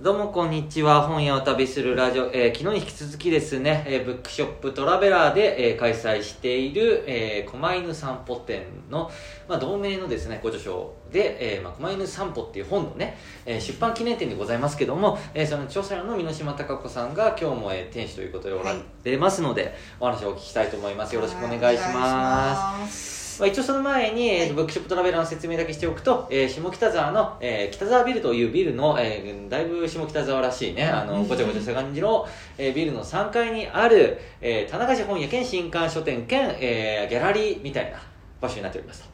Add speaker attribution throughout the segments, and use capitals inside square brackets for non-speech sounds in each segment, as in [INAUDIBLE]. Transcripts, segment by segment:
Speaker 1: どうもこんにちは本屋を旅するラジオ、えー昨日に引き続きですね、えーブックショップトラベラーで、えー開催している、えー、狛犬散歩展の、まあ、同名のですねご著書で、えーまあ、狛犬散歩っていう本のね、えー出版記念展でございますけども、えーその著者の箕島貴子さんが今日も、えー、店主ということでおられますので、お話をお聞きしたいと思いますよろしくお願いします
Speaker 2: す
Speaker 1: まあ、一応その前に、えー
Speaker 2: はい
Speaker 1: ブックショップトラベラーの説明だけしておくと、えー下北沢の、えー北沢ビルというビルの、えーだいぶ下北沢らしいねあのごちゃごちゃした感じの、えービルの3階にある、えー田中市本屋兼新刊書店兼、えーギャラリーみたいな場所になっておりますと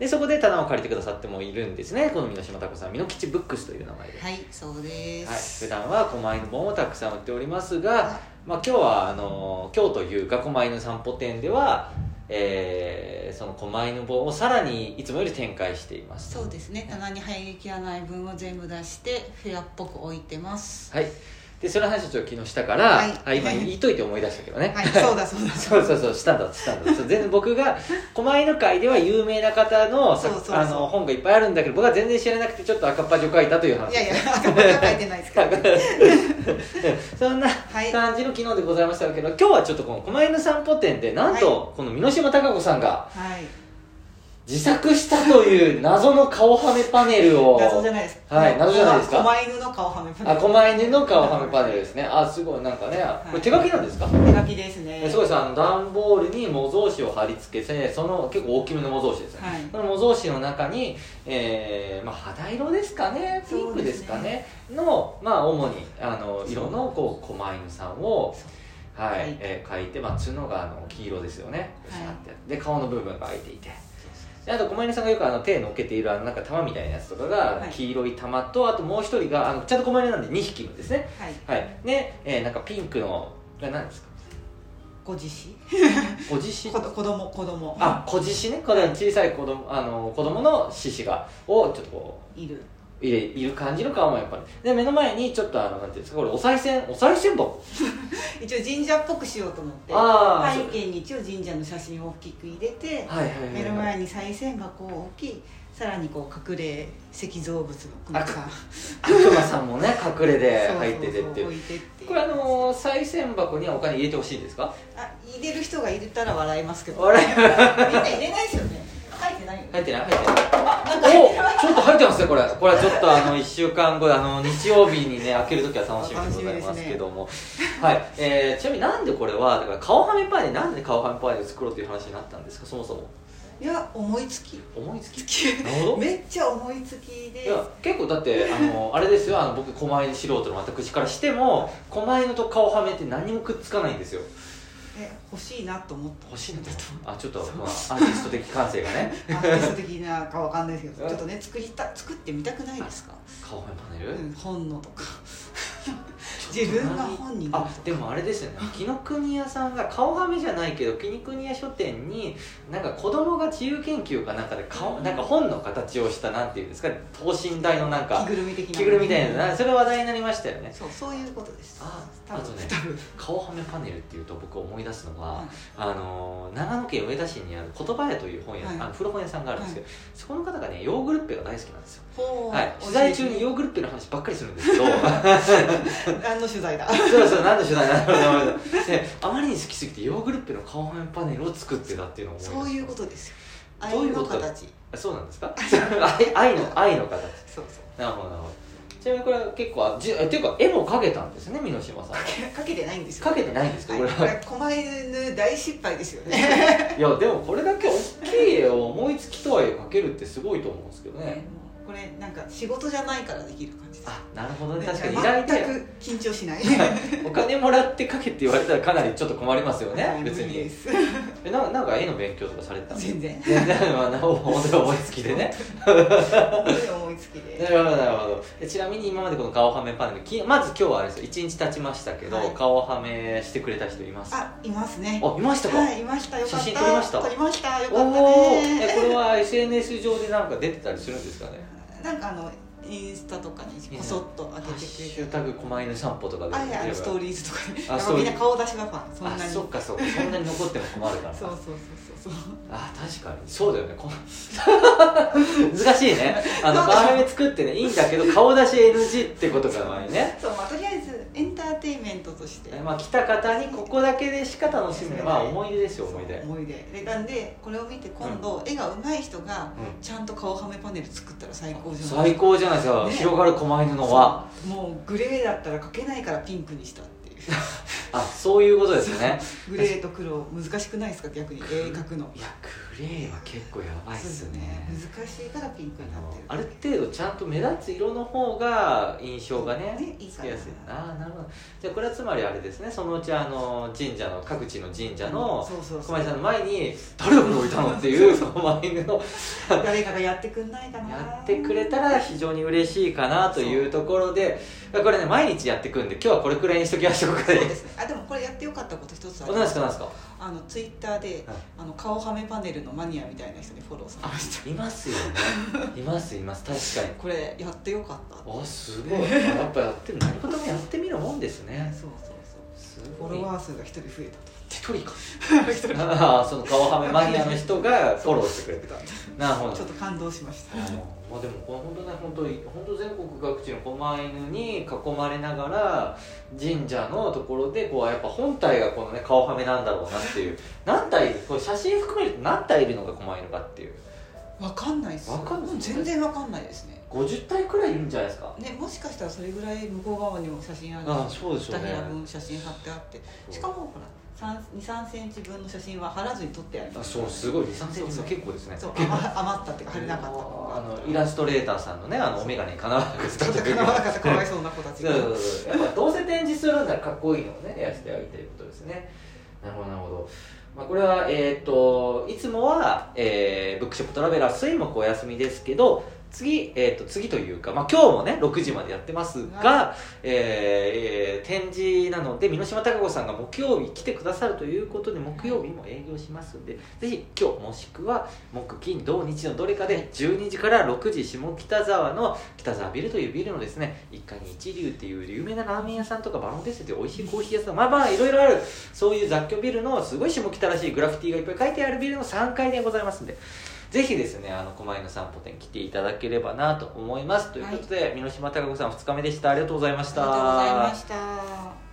Speaker 1: でそこで棚を借りてくださってもいるんですねこの箕島拓さん箕吉ブックスという名前で。
Speaker 2: はいそうで
Speaker 1: はい、
Speaker 2: す
Speaker 1: 普段は狛犬本をたくさん売っておりますが、
Speaker 2: は
Speaker 1: まあ、今日はあの今日というか狛犬散歩店では、えーその狛犬本をさらにいつもより展開しています
Speaker 2: そうですね棚に入りきらない分を全部出してフェアっぽく置いてます
Speaker 1: はいでその話をちょっと昨日したから、
Speaker 2: はい
Speaker 1: あ今言いといて思い出したけどね、
Speaker 2: はいそうだそうだ
Speaker 1: [LAUGHS] そうそうそうしたんだしたんだそう全然僕が狛犬会では有名な方のさ
Speaker 2: そうそうそう
Speaker 1: あの本がいっぱいあるんだけど僕は全然知らなくてちょっと赤っ恥を書いたという話
Speaker 2: いやいや赤パンは書いてないですからね
Speaker 1: そんな
Speaker 2: はい
Speaker 1: 感じの昨日でございましたけど、今日はちょっとこの狛犬散歩展でなんとこの箕島貴子さんが
Speaker 2: はい
Speaker 1: 自作したという謎の顔はめパネルを
Speaker 2: 謎じゃないです
Speaker 1: はい謎じゃないですか
Speaker 2: 狛犬の顔はめパネ
Speaker 1: あ
Speaker 2: ル
Speaker 1: 狛犬の顔はめパネルですねあすごいなんかねこれ手書きなんですか、
Speaker 2: 手書きですね
Speaker 1: えすごいさあの段ボールに模造紙を貼り付けてその結構大きめの模造紙ですね、
Speaker 2: はい
Speaker 1: その模造紙の中に、えーまあ、肌色ですかねピンクですかねの、まあ、主にあの色のこう狛犬さんを、はい
Speaker 2: はい
Speaker 1: えー描いて、まあ、角があの黄色ですよね、
Speaker 2: は
Speaker 1: シ
Speaker 2: い
Speaker 1: ャーってやってで顔の部分が開いていて。であと狛犬さんがよくあの手のっけているあのなんか玉みたいなやつとかが
Speaker 2: はい
Speaker 1: 黄色い玉と、あともう一人があのちゃんと狛犬なんで2匹いるんですね
Speaker 2: はい
Speaker 1: はいね、えーなんかピンクのこれ何ですか
Speaker 2: ご自身
Speaker 1: おじし
Speaker 2: こ子供子供
Speaker 1: あ小獅子ねこれ小さい子供あの子供の獅子がをちょっとこ
Speaker 2: いる
Speaker 1: う入れいる感じの顔もやっぱりで目の前にちょっとあのなんていうんですかこれお賽銭お賽銭箱
Speaker 2: 一応神社っぽくしようと思って
Speaker 1: あー
Speaker 2: 背景に一応神社の写真を大きく入れて
Speaker 1: はいはいはい
Speaker 2: 目の前に賽銭箱を置きさらにこう隠れ石像物のこの
Speaker 1: あ
Speaker 2: か
Speaker 1: 悪魔さんもね隠れで入ってて
Speaker 2: そう
Speaker 1: っ
Speaker 2: そう
Speaker 1: て
Speaker 2: そう
Speaker 1: いう
Speaker 2: 置いてって
Speaker 1: これあの賽銭箱にはお金入れてほしいんですか
Speaker 2: あ入れる人がいたら笑いますけど
Speaker 1: 笑い
Speaker 2: みんな入れないですよね書いてないよね
Speaker 1: 入ってない入ってない
Speaker 2: あなんか入ってない
Speaker 1: おちょっと入ってますねこれこれはちょっとあの1週間後あの日曜日にね開ける時は楽しみでございますけども、はい、えー、ちなみになんでこれはだから顔はめパネルなんで顔はめパネル作ろうという話になったんですかそもそも
Speaker 2: いや思いつき
Speaker 1: 思いつきなるほど
Speaker 2: めっちゃ思いつき
Speaker 1: い
Speaker 2: で
Speaker 1: や結構だってあのあれですよあの僕狛犬素人の私からしても狛犬と顔はめって何にもくっつかないんですよ
Speaker 2: え欲しいなと思った
Speaker 1: 欲しいんだとあちょっと、まあ、アーティスト的感性がね
Speaker 2: アーティスト的なかわかんないですけどちょっとね作りた作ってみたくないですか、
Speaker 1: 顔はめパネル、
Speaker 2: うん、本能とか自分が本になる
Speaker 1: あでもあれですよね紀ノ国屋さんが顔はめじゃないけど紀ノ国屋書店になんか子供が自由研究かなんかで顔、
Speaker 2: うん
Speaker 1: なんか本の形をしたなんていうんですか等身大のなんか
Speaker 2: 着ぐるみ的な
Speaker 1: 着ぐるみみたいななそれ話題になりましたよね
Speaker 2: そうそういうことです
Speaker 1: あ
Speaker 2: 多分
Speaker 1: あとね
Speaker 2: 多分
Speaker 1: 顔はめパネルっていうと僕思い出すのは、
Speaker 2: はい
Speaker 1: あのー長野県上田市にある言葉屋という本屋、
Speaker 2: はい
Speaker 1: あの古本屋さんがあるんですけど、そこの方がねヨーグルッペが大好きなんですよ、
Speaker 2: ほう
Speaker 1: はい、取材中にヨーグルッペの話ばっかりするんですけ
Speaker 2: [LAUGHS]
Speaker 1: ど
Speaker 2: 何の取材だ
Speaker 1: そうそう、なんでしょうね、なるほどなるほどであまりに好きすぎて、ヨーグルッペの顔面パネルを作ってたっていうのを思い出
Speaker 2: そういうことですよ愛
Speaker 1: どういうこ
Speaker 2: の
Speaker 1: と
Speaker 2: 形
Speaker 1: とそうなんですか [LAUGHS] 愛愛の、愛の形。
Speaker 2: そうそう
Speaker 1: なるほど、なるほど。ちなみにこれは結構、あじゅえっていうか、絵も描けたんですね、箕島さんは。
Speaker 2: かけてないんですよ
Speaker 1: 描けてないんですか、
Speaker 2: はい
Speaker 1: こ
Speaker 2: こ
Speaker 1: れは。
Speaker 2: れ狛犬大失敗ですよね
Speaker 1: いや、でもこれだけ大きい絵を思いつきとはいえ描けるってすごいと思うんですけど
Speaker 2: ね
Speaker 1: ね。
Speaker 2: もうこれなんか仕事じゃないからできる感じです
Speaker 1: あ、なるほどね、確かに依
Speaker 2: なん
Speaker 1: 頼
Speaker 2: か
Speaker 1: で。
Speaker 2: 全く緊張しない
Speaker 1: お金もらって描けって言われたらかなりちょっと困りますよね、別
Speaker 2: 無理で
Speaker 1: に。 [LAUGHS]
Speaker 2: す
Speaker 1: えななんか絵の勉強とかされてたんですか
Speaker 2: 全
Speaker 1: [LAUGHS] 全
Speaker 2: 然
Speaker 1: 然まあな本当に思いつきでね
Speaker 2: 本当に思いつきで
Speaker 1: なるほどなるほどでちなみに今までこの顔はめパネルきまず今日はあれですよ1日経ちましたけど、
Speaker 2: はい
Speaker 1: 顔はめしてくれた人いますあ
Speaker 2: あいますね
Speaker 1: いましたか、
Speaker 2: はいいましたよかった
Speaker 1: 写真撮りました
Speaker 2: 撮りましたよ
Speaker 1: お
Speaker 2: かった
Speaker 1: おー
Speaker 2: ね
Speaker 1: えこれは SNS 上でなんか出てたりするんですかね
Speaker 2: なんかあのインスタとかにこそっと上げ
Speaker 1: ハッ
Speaker 2: てくれ
Speaker 1: シ
Speaker 2: て
Speaker 1: ュタグ狛犬散歩とかで
Speaker 2: あいやあの
Speaker 1: れ
Speaker 2: ストーリーズとかで
Speaker 1: あ
Speaker 2: やっ
Speaker 1: そ
Speaker 2: ぱ
Speaker 1: う
Speaker 2: みんな顔出しがファンそん
Speaker 1: あ
Speaker 2: なに
Speaker 1: そっかそっかそんなに残っても困るから
Speaker 2: そうそうそうそうそう
Speaker 1: あ確かにそうだよねこ [LAUGHS] 難しいねあの
Speaker 2: どうでしょう
Speaker 1: 番組作ってねいいんだけど顔出し NG ってことが前にね
Speaker 2: そうまあとりあえずエンターテインメントとして
Speaker 1: まあ来た方にここだけでしか楽しめないまあ思い出ですよ思い出うん
Speaker 2: 思い出でなんでこれを見て今度絵が上手い人がちゃんと顔はめパネル作ったら最高じゃない
Speaker 1: 最高じゃないですか
Speaker 2: ね
Speaker 1: 広がる狛犬の輪
Speaker 2: そうもうグレーだったら描けないからピンクにし
Speaker 1: [LAUGHS]
Speaker 2: たっていう
Speaker 1: あそういうことですよね
Speaker 2: グレーと黒難しくないですか逆に絵描くの
Speaker 1: いやグレーは結構やばいっすね
Speaker 2: そう難しいからピンクになってる
Speaker 1: ある程度ちゃんと目立つ色の方が印象がね
Speaker 2: ねいい
Speaker 1: つ
Speaker 2: か
Speaker 1: き
Speaker 2: な
Speaker 1: やすいああなるほどじゃあこれはつまりあれですねそのうちあの神社の各地の神社の
Speaker 2: そうそうそ
Speaker 1: 狛
Speaker 2: う
Speaker 1: 犬さんの前に誰がこれ置いたのっていう狛犬の
Speaker 2: 誰かがやってくんないかな
Speaker 1: やってくれたら非常に嬉しいかなというところでこれね毎日やってくんで今日はこれくらいにしときましょうか
Speaker 2: そう
Speaker 1: ね
Speaker 2: ですねあでもこれやってよかったこと一つあ
Speaker 1: お
Speaker 2: り
Speaker 1: なん
Speaker 2: ま
Speaker 1: ですすかなんですか
Speaker 2: あのツイッターで、
Speaker 1: はい
Speaker 2: あの顔はめパネルのマニアみたいな人にフォローされました
Speaker 1: いますよねいますいます確かに
Speaker 2: これやってよかったって
Speaker 1: あすごいあ [LAUGHS] やっぱやってる何事もやってみるもんですね
Speaker 2: そうそう
Speaker 1: す
Speaker 2: そう
Speaker 1: ご
Speaker 2: フ
Speaker 1: い
Speaker 2: ォロワー数が一人増えたと
Speaker 1: 一人か [LAUGHS] ああその顔はめマニアの人がフォローしてくれ [LAUGHS] てたなるほど
Speaker 2: ちょっと感動しました、
Speaker 1: まあでもこれ本当ね本当に本当全国各地の狛犬に囲まれながら神社のところでこうやっぱ本体がこのね顔はめなんだろうなっていう何体これ写真含めると何体いるのが狛犬かっていう
Speaker 2: わかんないっす
Speaker 1: わかんない
Speaker 2: もう全然わかんないですね
Speaker 1: 50体くらいいるんじゃないですか
Speaker 2: ねもしかしたらそれぐらい向こう側にも写真ある
Speaker 1: あそうでしょ
Speaker 2: 2
Speaker 1: う
Speaker 2: 部
Speaker 1: ね
Speaker 2: 屋分写真貼ってあってしかもほら23センチ分の写真は貼らずに撮ってある
Speaker 1: あそうすごい23センチ
Speaker 2: そ
Speaker 1: も
Speaker 2: うそう
Speaker 1: 結構ですね
Speaker 2: そう余余ったっていうか貼れなかった
Speaker 1: あのイラストレーターさんのねあのお眼鏡かなわなく
Speaker 2: ちょっとかわかったかわいそうな子たち
Speaker 1: そう
Speaker 2: が
Speaker 1: そうそうやっぱどうせ展示するならかっこいいのをねやしてあげたいことですねなるほどなるほど、まあ、これはえっ、といつもは、えーブックショップトラベラー水木お休みですけど次、えー、と次というか、まあ、今日もね6時までやってますが、えーえー展示なので箕島貴子さんが木曜日来てくださるということで木曜日も営業しますんでぜひ今日もしくは木金土日のどれかで12時から6時下北沢の北沢ビルというビルのですね1階に一流っていう有名なラーメン屋さんとかバロンデッセっていう美味しいコーヒー屋さんまあまあいろいろあるそういう雑居ビルのすごい下北らしいグラフィティがいっぱい書いてあるビルの3階でございますんでぜひですねあの狛犬散歩店来ていただければなと思いますということで、箕島貴子さん2日目でしたありがとうございました
Speaker 2: ありがとうございました